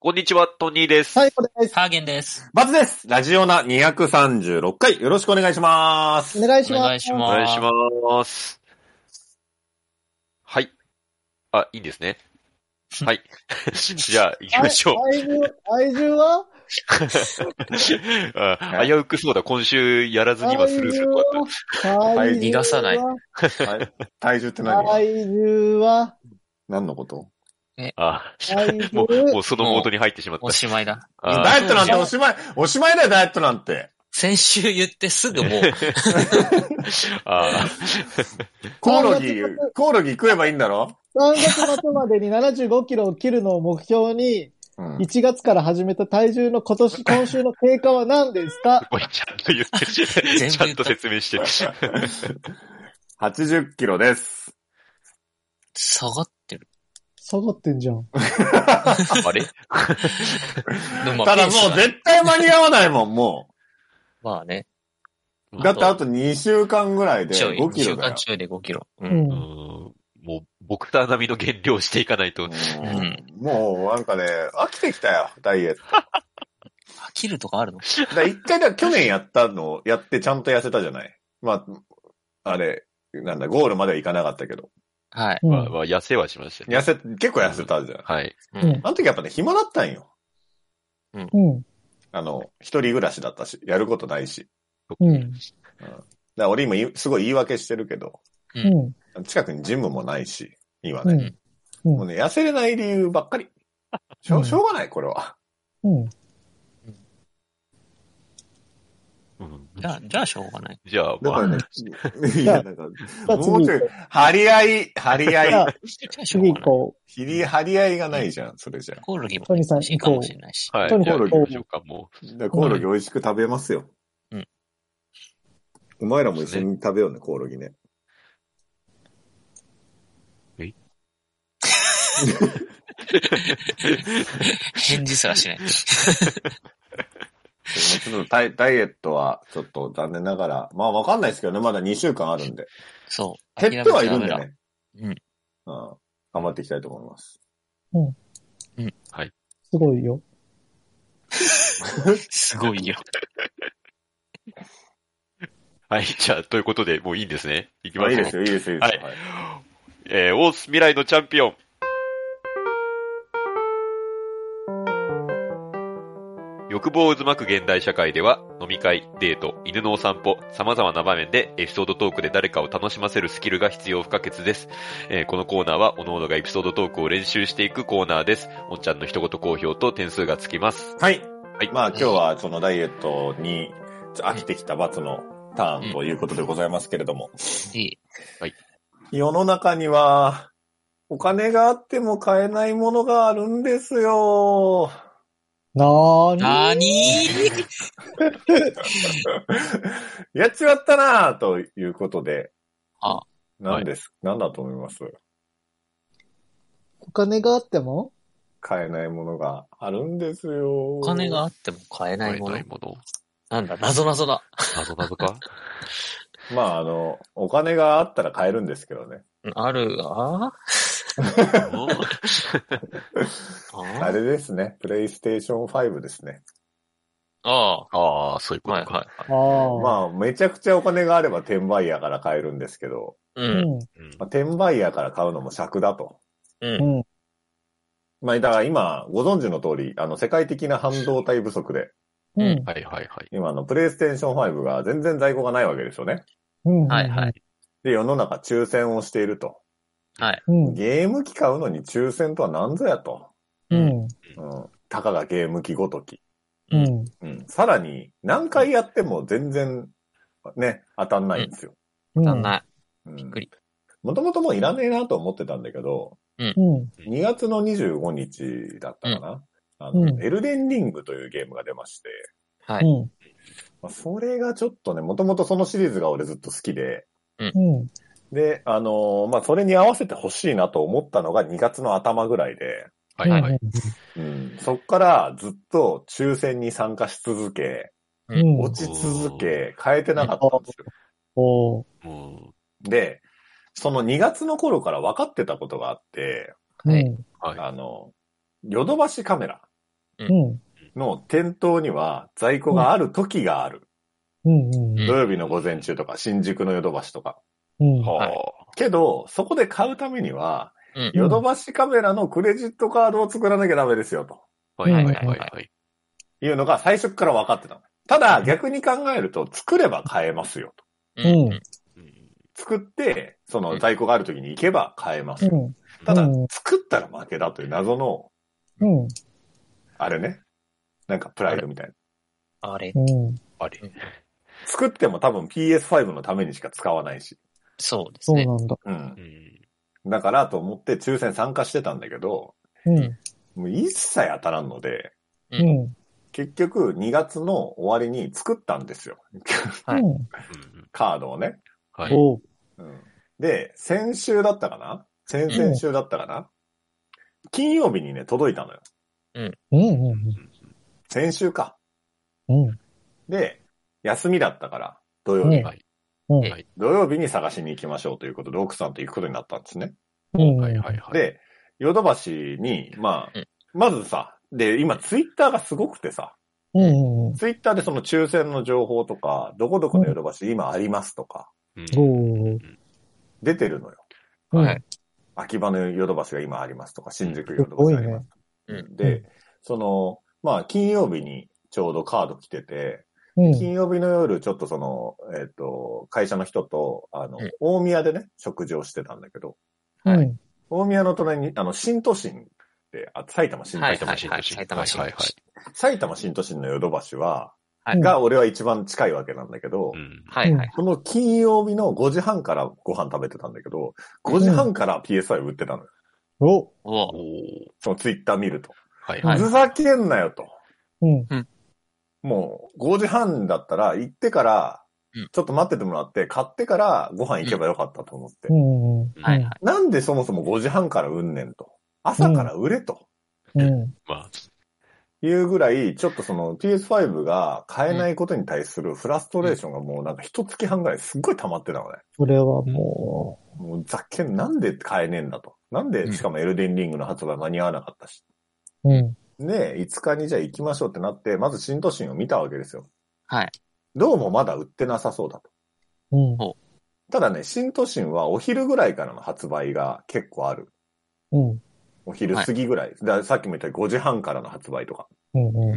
こんにちは、トニーです。最後です。ハーゲンです。バツですラジオナ236回、よろしくお願いしますお願いします。お願いしおま願いします。はい。あ、いいんですね。はい。 じゃあ、行きましょう。あ愛獣、愛獣はあ危うくそうだ、今週やらずに今スルーするとかだっ愛はい獣逃がさないははい体重って何愛獣は、何のことた。あ愛もう、も獣う、そのモードに入ってしまっおしまいだ。た。ダあイエットなんておしまい、おしまいだよ、ダイエットなんて。先週言ってすぐ もう、あコオロギ、コオロギ食えばいいんだろ3月末までに75キロを切るのを目標に、うん。 1月から始めた体重の今年、今週の経過は何ですかおいちゃんと言ってる。全部言ったちゃんと説明してる。 80キロです。下がってる。下がってんじゃん。あれでもまたあ、だペーもスうがね絶対間に合わないもん、もまあね。 う。だってあと2週間ぐらいでちょい、 5キ週ロだ間よ。ちょいで5キロ。う。うんうんん。もう、ボクター並みの減量をしていかないと。うんうんもうなんかね、飽きてきたよ、ダイエット。飽きるとかあるのだから一回だ、 去年やったのをやってちゃんと痩せたじゃないまあ、あれ、なんだ、ゴールまではいかなかったけど。はい。うんまあ、まあ、痩せはしましたね。痩せ、結構痩せたじゃん。はい。ううんん。あの時やっぱね、暇だったんよ。うん。あの、一人暮らしだったし、やることないし。うん。だから俺今い、すごい言い訳してるけど、うん。近くにジムもないし、今うね。ん。う。もうんね、痩せれない理由ばっかり。しうょんしょうがない、これは。うん。うんじゃあ、じゃあしょうがない。じゃあ、だまからあ、ね、いや、なんか、さあもう次ちょい、張り合い、張りじゃ合いあ、じゃあしょ次行うがない。こひり、張り合いがないじゃん、それじゃ。コオロギもトニーさん欲しいかもしれないし。はい。とにじゃかあく行きましょうか、もう。だからコオロギ美味しく食べますよ。うん。お前らも一緒に食べようね、コオロギね。返事すらしない。ちょっとダイダイエットは、ちょっと残念ながら、まあわかんないですけどね、まだ2週間あるん で。そう。減ってはいるん諦でめちね。ダメうん。頑張っていきたいと思います。う。すごいよ。ゃダメだ。すごいよ。はい。 じゃあ、ということで、もういいんですね。行きまいいしょでうす。よ、いいですよ、いいですよ。はいえー、オース未来のチャンピオン。欲望を渦巻く現代社会では、飲み会、デート、犬のお散歩、様々な場面でエピソードトークで誰かを楽しませるスキルが必要不可欠です。えーこのコーナーは、おのおのがエピソードトークを練習していくコーナーです。おんちゃんの一言好評と点数がつきます。はい。はいまあ今日はそのダイエットにちょ飽きてきた罰のターンということでございますけれども、いい。世の中にはお金があっても買えないものがあるんですよ。なーになーにーやっちまったなぁということで。あ何です、何だと思いますお金があっても買えないものがあるんですよ。お金があっても買えないもなのい。もの。なんだ、謎謎だ。謎々 かまああの、お金があったら買えるんですけどね。あるがうんあれですね。プレイステーション5ですね。あああ、そういうあ、こはいとかは。ああ。まあ、めちゃくちゃお金があれば転売ヤーから買えるんですけど、い。う。うんん。うんまあ、転売ヤーから買うのも尺だと。うん。うん。まあ、だから今、ご存知の通り、あの、世界的な半導体不足で、うん。はいはいはい。今あのプレイステーション5が全然在庫がないわけですよね。うん。はいはい。で、世の中抽選をしていると。うん。ゲーム機買うのに抽選とは何ぞやと。うん。うん。たかがゲーム機ごとき。うん。うん。さらに、何回やっても全然、ね、当たんないんですよ。うん。足んない。うん。びっくり。もともともういらねえなと思ってたんだけど、うん。 2月の25日だったかな。あうの、んエルデンリングというゲームが出まして、はうい。ん。まあそれがちょっとね、もともとそのシリーズが俺ずっと好きで、うん。で、あのーまあ、それに合わせて欲しいなと思ったのが2月の頭ぐらいで、はいはい。うん、そっからずっと抽選に参加し続け、ううんん。落ち続け、変えてなかったんですよ。おーうんで、その2月の頃から分かってたことがあって、うはいん。はい。あの、ヨドバシカメラ。うん。の店頭には在庫がある時がある。うん。うん。土曜日の午前中とか、新宿のヨドバシとか。うん。はあは。けど、そこで買うためには、うんヨドバシカメラのクレジットカードを作らなきゃダメですよ、とはいはいはいうんはい。いうのが最初から分かってたの。たうだ、ん逆に考えると、作れば買えますよ、と。うんうん作って、その在庫がある時に行けば買えますよ。うん。ただうん、作ったら負けだという謎の、うん。あれね。なんかプライドみたいな。あれ、うん。あれ。作っても多分 PS5 のためにしか使わないし。そうですそうね。なんだ。うんう。んだからと思って抽選参加してたんだけど、うん。もう一切当たらんので、うん。うん。結局2月の終わりに作ったんですよ。はいうんカードをね。はい。おう。うんで、先週だったかな先々週だったかな、金曜日にね、届いたのよ。うん。うん。先週か。うん。で、休みだったから、土曜日。うんはいうん。はい土曜日に探しに行きましょうということで、奥さんと行くことになったんですね。うん。はいはいはい。、で、ヨドバシに、まあうん、まずさ、で、今ツイッターがすごくてさ、うん。うん。ツイッターでその抽選の情報とか、どこどこのヨドバシ今ありますとか、うんおう。出てるのよ。はい。秋葉のヨドバシが今ありますとか、新宿ヨドバシがあります。すごいねで、その、まあ、金曜日にちょうどカード来てて、うん。金曜日の夜、ちょっとその、えっ、と、会社の人と、あの、うん大宮でね、食事をしてたんだけど、はい。大宮の隣に、あの、新都心って、あ埼玉新都心、はいはいはい埼埼玉新都玉新都心心埼玉新都心のヨドバシはいは、が俺は一番近いわけなんだけど、うんはいはい。この金曜日の5時半からご飯食べてたんだけど、5時半から PSI 売ってたのよ。おおおーそのツイッター見ると。はいははいい。ふざけんなよと。うん。もう5時半だったら行ってからうん、ちょっと待っててもらって、買ってからご飯行けばよかったと思ってう。ん。うん。はいはい。なんでそもそも5時半から売んねんと。朝から売れと。うん。まあ、いうぐらい、ちょっとその PS5 が買えないことに対するフラストレーションがもうなんか一月半ぐらいすっごい溜まってたのね。それはももうざっけんなんで買えねえんだと。なんで、しかもエルデンリングの発売間に合わなかったし。う、うん。で、5日にじゃあ行きましょうってなって、まず新都心を見たわけですよ。はい。どうもまだ売ってなさそうだと。うん。ただね、新都心はお昼ぐらいからの発売が結構ある。うん。お昼過ぎぐらい。だからさっきも言ったように5時半からの発売とか。うん。う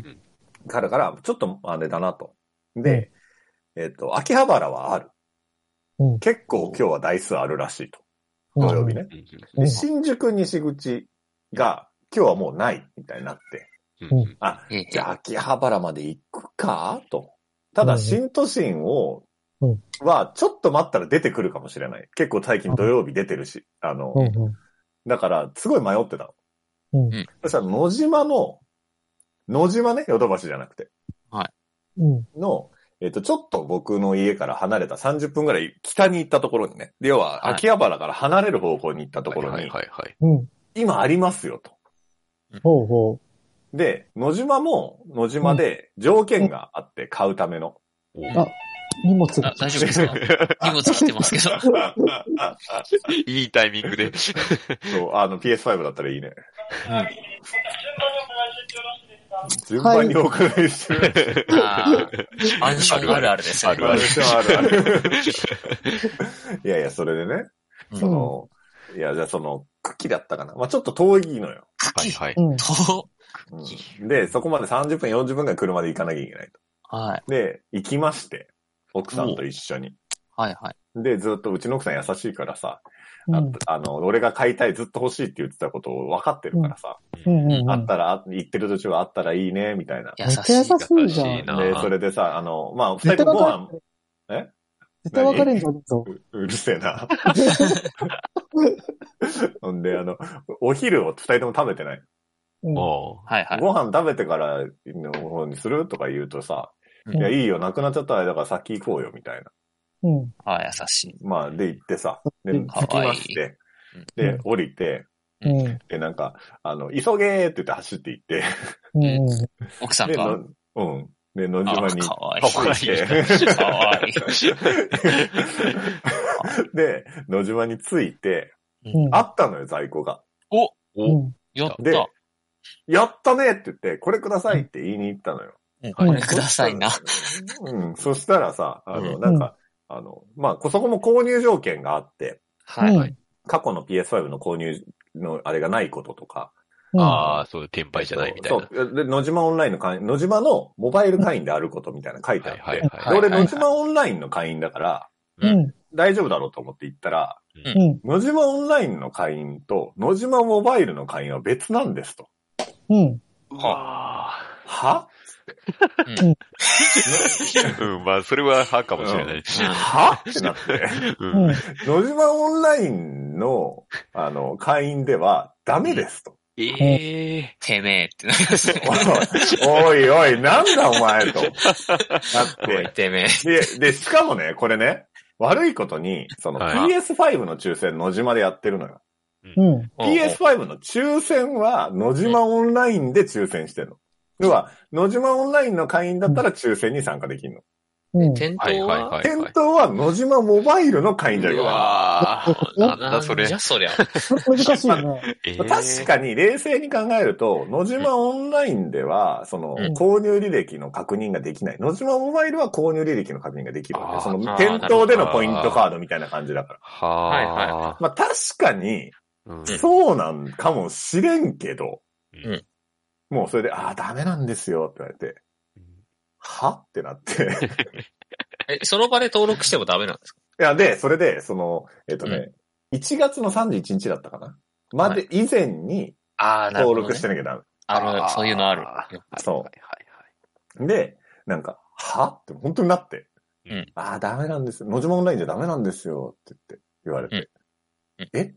ん。からから、ちょっとあれだなと。で、えっ、と、秋葉原はある。うん結構今日は台数あるらしいと。土曜日。ね。うんうんで、新宿西口が今日はもうないみたいになって。うんうんあ、ええじゃあ秋葉原まで行くかと。ただ、うん新都心をうん、は、ちょっと待ったら出てくるかもしれない。結構最近土曜日出てるし。あの、うん。うん。だから、すごい迷ってたの。うんうんそしたら、野島の、野島ね、ヨドバシじゃなくて、うん。の、えっ、と、ちょっと僕の家から離れた30分ぐらい北に行ったところにね、で要ははい秋葉原から離れる方向に行ったところはいに、はいはい。うん。今ありますよと。ほうほで、野島も野島で条件があって買うための。おあう。荷物。あ大丈夫ですかー荷物来てますけど。いいタイミングで。そう、あの PS5 だったらいいね。順番番ににお伺いしてる。ああ、アンションあるあるですね。あるあるあるある。いやいや、それでね、うんその、いや、じゃあその、茎だったかな。まあちょっと遠いのよ、はいはい。うん。と、うんで、そこまで30分、40分ぐらい車で行かなきゃいけないと。はい、で、行きまして、奥さんと一緒に。はい、はい。で、ずっと、うちの奥さん優しいからさ、ああの、俺が買いたい、ずっと欲しいって言ってたことを分かってるからさ、うん。うん。あったら、あ行ってる途中はあったらいいね、みたいな。優めっちゃ優しいじゃん。で、なそれでさ、あの、まあ、二絶人対ご別れん飯、絶対別れんじゃんぞ。ううるせえな。 ほんで、あの、お昼を二人とも食べてない。うん。もはい、はい。ご飯食べてからの方にするとか言うとさ、うんいや、いいよ、なくなっちゃったら、だから先行こうよ、みたいな。うん。ああ、優しい。まあ、で、行ってさ、で、うん着きまして、わいいで、降りて、うん。で、なんか、あの、急げーって言って走って行って、うん。奥さんで、が、のうん。で、野あ島に、かわいかわい。いい。かわいい。で、野島に着いて、うん。あったのよ、在庫が。おおうん。やっでた。、やったねって言って、これくださいって言いに行ったのよ。うんこれくださいな。うん。そしたらさ、あうの、んなんか、あの、まあ、そこも購入条件があって、はい。はい。過去の PS5 の購入のあれがないこととか。ああ、そう、転売じゃないみたいな。そう。で、野島オンラインの会員、野島のモバイル会員であることみたいなの書いてあって。はいはいはいで俺、はいはい野島オンラインの会員だから、うん。うん。大丈夫だろうと思って行ったら、うん。野島オンラインの会員と野島モバイルの会員は別なんですと。うん。うわあ。はうん、まあ、それは歯かもしれない。はってなって。うん。うん。 野島オンラインの、あの、会員ではダメですと。ええてめえってなり ましたね。 おいおいおい、なんだお 前と。なって。てめえ。で、で、しかもね、これね、悪いことに、そのはい PS5 の抽選野島でやってるのよ。うん。 PS5 の抽選は野島オンラインで抽選してるの。要は、野島オンラインの会員だったら抽選に参加できるの。うん。店はい頭はいははい店はい。頭は野島モバイルの会員じゃうなわあ。 なんだそれじ。ゃそりゃ。難しいね。ええ確かに冷静に考えると、野島オンラインでは、そのう、ん購入履歴の確認ができない。野島モバイルは購入履歴の確認ができるわあーね。その、あー店頭でのポイントカードみたいな感じだから。はいはいはまあ確かに、い。うんそうなんかもしれんけど、うんもうそれで、ああ、ダメなんですよって言われて、はってな って。え、その場で登録してもダメなんですかいや、で、それで、その、えっ、とね、1月の31日だったかなまで以前にああ、なるほど、登録してなきゃダメ。 ある、そういうのある。そうはいはで、なんか、はって本当になって。うんああ、ダメなんですよ。野島オンラインじゃダメなんですよって言って、言われて。うんえ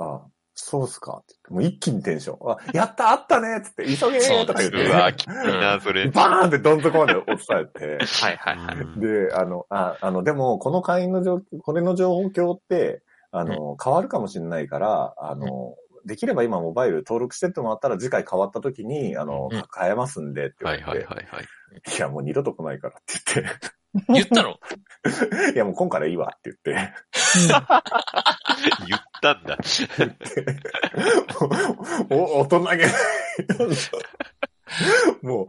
ああ、そうっすかって言って、もう一気にテンション。あ、やったあったねっつって、急げーとか言っいはい。うわあ、て、きついな、それ。バーンってどん底まで落とされて。はいはいはい。で、あの、あ、あの、でも、この会員の状況、これの状況って、あの、変わるかもしれないから、あの、できれば今モバイル登録してってもらったら次回変わった時に、あの、うん変えますんでって言わはれいて、はいはいはい。いや、もう二度と来ないからって言っ言ったのて、いや、もう今回はいいわって言って、 言ったんだ。 お、大人げない。 もう、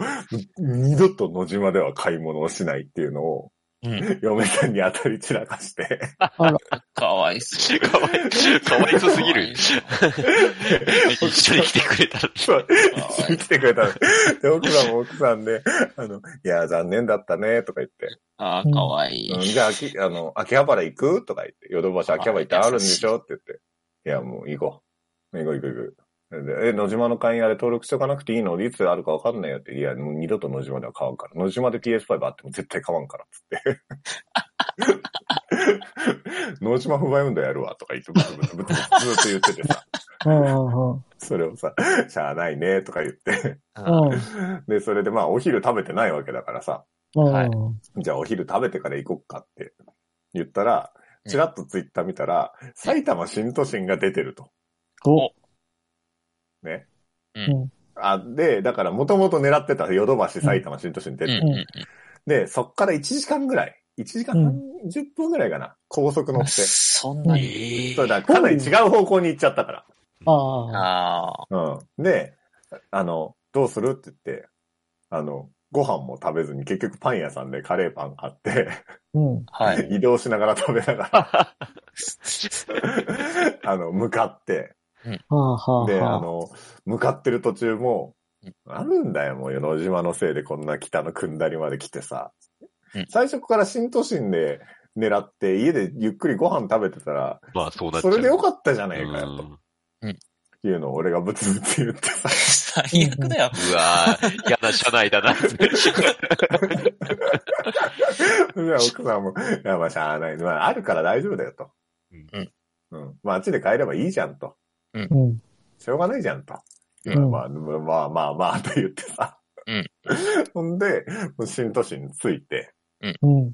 二度と野島では買い物をしないっていうのを、うん。嫁さんに当たり散らかして、 かわいそう。かわい、かわいそうすぎる。一緒に来てくれたら。そうかわい来てくれたの。で、奥さんも奥さんで、あの、いや、残念だったね、とか言って。ああ、かわいい。うん、じゃあ、秋、あの、秋葉原行くとか言って、ヨドバシ秋葉原行ってあるんでしょって言って。いや、もう行こう。行こう行こう行こう。でえ、野島の会員あれ登録しておかなくていいのいつあるかわかんないよって。いや、もう二度と野島では買わんから。野島で PS5 あっても絶対買わんから、つって。野島不買運動やるわ、とか言って、ブツブツブツブツずっと言っててさ。うん。うん。それをさ、しゃあないね、とか言って。うん。で、それでまあ、お昼食べてないわけだからさ。うん。じゃあお昼食べてから行こっかって言ったら、ちらっとツイッター見たら、埼玉新都心が出てると。お。ね。うんあ、で、だからもともと狙ってたヨドバシ埼玉新都心出うてんる。うんで、そっから1時間ぐらい、1時間半10分ぐらいかな、高速乗うっん。て。そんなに。ええそうだ、かなり違う方向に行っちゃったかああ。ああ。ら。うん。で、あの、どうするって言って、あの、ご飯も食べずに結局パン屋さんでカレーパン買って、うん。はい。 移動しながら食べながら、あの、向かって、はあはあ。で、あの、向かってる途中もうん、なんだよ、もう、与野島のせいでこんな北のくんだりまで来てさうん。最初から新都心で狙って、家でゆっくりご飯食べてたら、 まあ、そうなっちゃ。そうれでよっかったじゃたねえかよ、とういうのを俺がブツブツ言って さ。最悪だよ。わあ、嫌な社内 だな。じゃあ奥さんも、いや、まあしゃあない。まああるから大丈夫だよ、と。うん。うん。まああっちで帰ればいいじゃん、と。うん。しょうがないじゃんと。うんまあまあまあまあまあと言ってさ。うん ほんで、もう新都市に着いて、うん。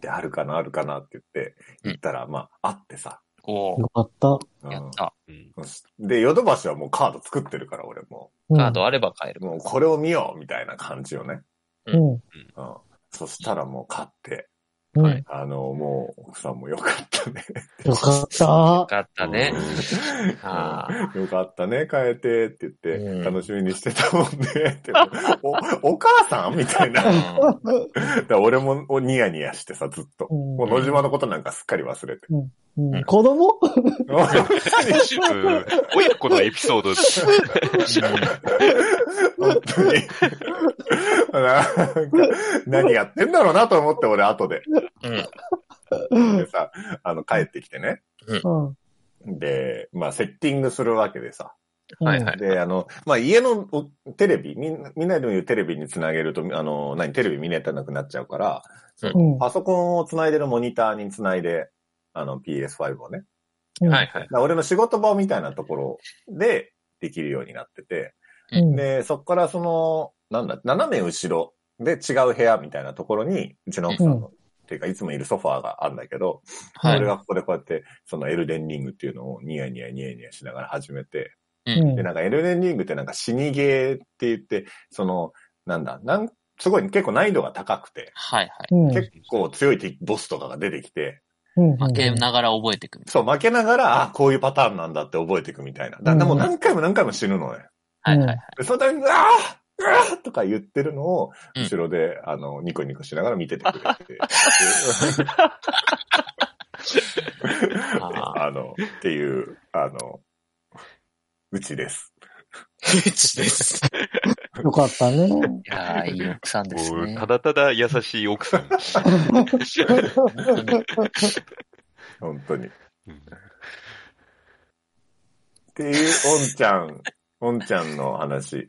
で、あるかなあるかなって言って、うん行ったら、まあ、あってさ。およかった。うお。んやった。うんで、ヨドバシはもうカード作ってるから、俺も。カードあれば買える。もうこれを見ようみたいな感じよね。うん。うん。そしたらもう買って、うんはいあの、もう、奥さんもよかったね。よかっよた。かったね。ああ。よかったね、変えて、って言って、うん楽しみにしてたもんね。ってお、お母さんみたいな。だから俺もおニヤニヤしてさ、ずっと。うんもう野島のことなんかすっかり忘れて。うん子供うん親子のエピソード。本当に。 なんか何やってんだろうなと思って、俺後で。うん。うんでさ、あの、帰ってきてね。うんで、まあ、セッティングするわけでさ。はいはい。で、あの、まあ、家のおテレビ、みんな、みんなの言うテレビにつなげると、あの、何、テレビ見れたなくなっちゃうから、うん。パソコンをつないでるモニターにつないで、あの、PS5 をね。うんはいはいだ。から俺の仕事場みたいなところでできるようになってて、うんで、そこからその、なんだ、斜め後ろで違う部屋みたいなところに、うちの奥さんの、うんっていうか、いつもいるソファーがあるんだけど、はい俺がここでこうやって、そのエルデンリングっていうのをニヤニヤニヤニヤしながら始めて、うんで、なんかエルデンリングってなんか死にゲーって言って、その、なんだ、なん、すごい結構難易度が高くて、はいはい。うん結構強い敵ボスとかが出てきて、うん負けながら覚えていくみたそう、負けながら、あ、こういうパターンなんだって覚えていくみたいな。だうんでも何回も何回も死ぬのね。いな。はいはいで、そのために、ああああとか言ってるのを、うん後ろで、あの、ニコニコしながら見ててくれて。はい。あ あ。あの、っていう、あの、うちです。です。よかったね。いやーいい奥さんですもうね。ただただ優しい奥さん。本当に。っうんていう、おんちゃん、おんちゃんの話。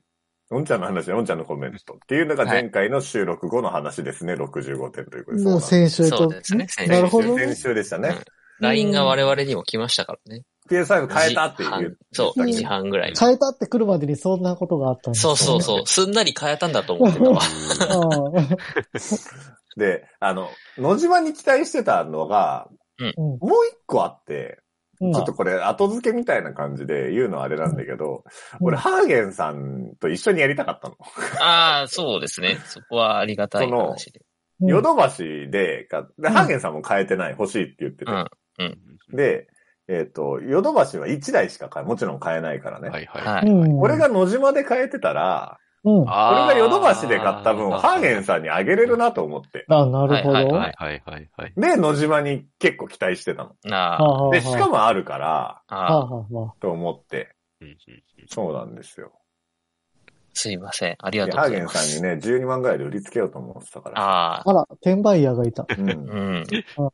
おんちゃんの話、おんちゃんのコメント。っていうのが前回の収録後の話ですね、65点ということで。もうそう先週そとう。ですね。先な生るほどね先週でしたね。 LINE が我々にも来ましたからね。 PS5 変えたっていう。そう、うん2時半ぐらいに。変えたって来るまでにそんなことがあったんですそうそうそう。すんなり変えたんだと思って たわ。うで、あの、野島に期待してたのが、ん。うんもう一個あって、うんちょっとこれ後付けみたいな感じで言うのはあれなんだけど、うん俺、ハーゲンさんと一緒にやりたかったの。ああ、そうですね。そこはありがたい話で。うんヨドバシで買っで、うんハーゲンさんも変えてない、欲しいって言ってて。うんで、えっ、と、ヨドバシは1台しか買え、もちろん買えないからね。はいはい。はうい。ん俺が野島で変えてたら、うん。あ俺がヨドバシで買った分、ハーゲンさんにあげれるなと思って。あ、なるほはいど。はいはいはいはい。で、野島に結構期待してたなあはの。で、しかもあるから、あはあ、ああ、はあはあと思って。うんうんそうなんですよ。すいません。ありでがとうハごーざゲいンまさんにす。ね、12万ぐらいで売りつけようと思ってたから。ああ、あら、転売ヤーがいた。うんうん。本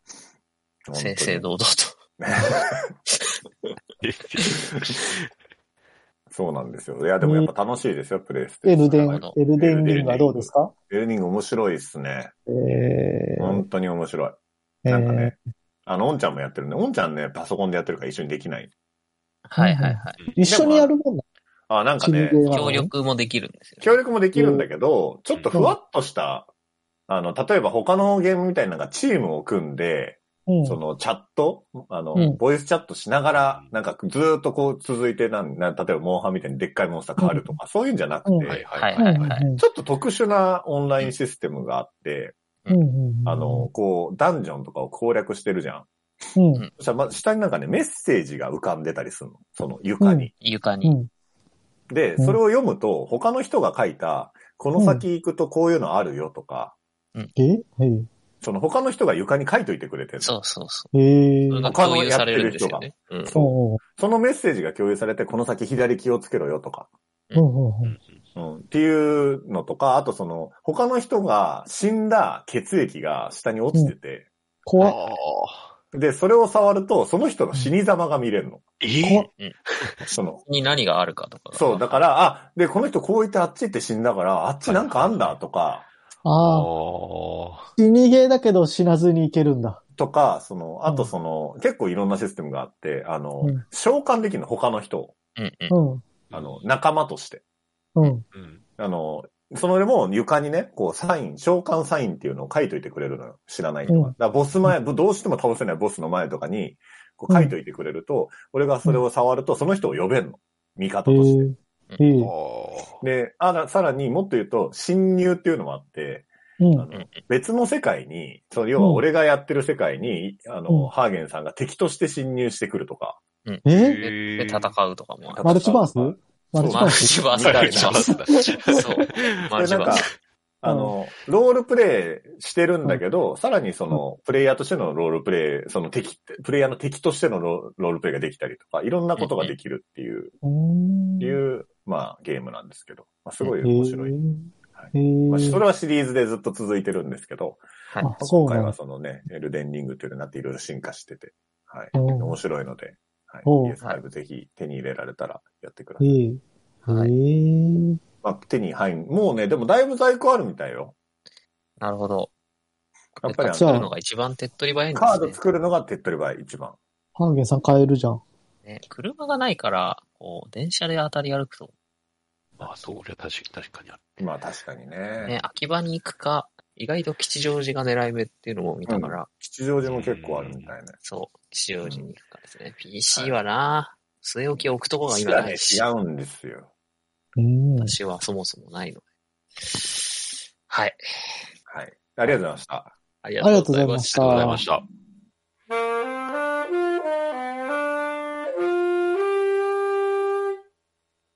当に正々堂々と。そうなんですよ。いや、でもやっぱ楽しいですよ、プレイステエルデンなるほ、エルデンリングはどうですかエルデンリング面白いっすね。え本当に面白い。えなんかね、あの、おんちゃんもやってるんで、おんちゃんね、パソコンでやってるから一緒にできない。はいはいはい。一緒にやるもんなあ、なんかのね、協力もできるんですよ。協力もできるんだけど、ちょっとふわっとした、あの、例えば他のゲームみたいなのがチームを組んで、うんそのチャット、あの、うんボイスチャットしながら、なんかずーっとこう続いてなん、なん例えばモンハンみたいにでっかいモンスター変わるとか、そういうんじゃなくて、うんはいははいいははいいは。はいうんちょっと特殊なオンラインシステムがあって、うんうんうんあの、、こう、ダンジョンとかを攻略してるじゃん。うんうんそしたらま下になんかね、メッセージが浮かんでたりするの。その床に。床うに。んで、うんそれを読むと、他の人が書いた、この先行くとこういうのあるよとか、えはいその他の人が床に書いといてくれてるのそうそうそえーう。それが共有されるんですよね。うん。おうそのメッセージが共有されて、この先左気をつけろよとか、おううんうんうんうん、っていうのとか、あとその、他の人が死んだ血液が下に落ちてて、怖っ。で、それを触ると、その人の死に様が見れるの。え怖っーその、に何があるかとか。そう、だから、あ、で、この人こう言ってあっち行って死んだから、あっちなんかあんだとか、あああ、ー死にゲーだけど死なずにいけるんだ。とか、その、あとその、結構いろんなシステムがあって、あの、うん召喚できるの、他の人を。うんうん。うん。あの、仲間として。うん。うんあの、そのでも床にね、こう、サイン、召喚サインっていうのを書いといてくれるのよ。知らない人うが。んだからボス前、どうしても倒せないボスの前とかに、こう書いといてくれると、俺がそれを触ると、その人を呼べんの。味方えとして。ーえーあで、あら、さらにもっと言うと、侵入っていうのもあって、うん。別の世界に、その要は俺がやってる世界に、あの、うんハーゲンさんが敵として侵入してくるとか。えへーで、戦うとかもある。マルチバースそうマルチバースそうマルチバースみたいなマルチバースだそう。マルで、チなんバーかス。、あの、ロールプレイしてるんだけど、さらにその、プレイヤーとしてのロールプレイ、その敵、プレイヤーの敵としてのロロールプレイができたりとか、いろんなことができるっていう、うーん。いう、まあ、ゲームなんですけど、まあ、すごいえ面白い。はいまあ、それはシリーズでずっと続いてるんですけど、はい。あ、そ今う回なはんそのね、エルデンリングというのになっていろいろ進化してて、はい。うん面白いので、はい。おう PS5 ぜひ手に入れられたらやってくだえさい。え。はいええ。まあ、手に入ん、もうね、でもだいぶ在庫あるみたいよ。なるほど。やっぱりあの作るのが一番手っ取り早いんでカーすドね。作るのが手っ取り早い、一番。ハーゲンさん買えるじゃん。ね車がないから、こう、電車で当たり歩くと、あ、そう、俺は確かに、確かにある。まあ、確かにね。ね、秋葉に行くか、意外と吉祥寺が狙い目っていうのを見たから、吉祥寺も結構あるみたいね。そう、吉祥寺に行くかですね。PC はな、据え置き置くとこがい今やなねいし違、うんですよ。うん。私はそもそもないので。はい。はい。ありがとうございました。ありありがとうございまししたありがとうございた。ました。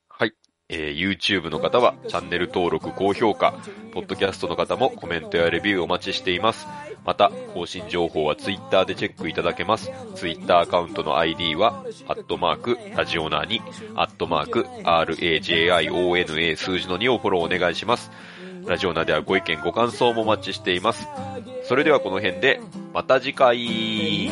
はい。えー YouTube の方はチャンネル登録、高評価、ポッドキャストの方もコメントやレビューお待ちしています。また、更新情報は Twitter でチェックいただけます。Twitter アカウントの ID は、アットマーク、ラジオナーに、アットマーク、RAJIONA 数字の2をフォローお願いします。ラジオナーではご意見、ご感想もお待ちしています。それではこの辺で、また次回。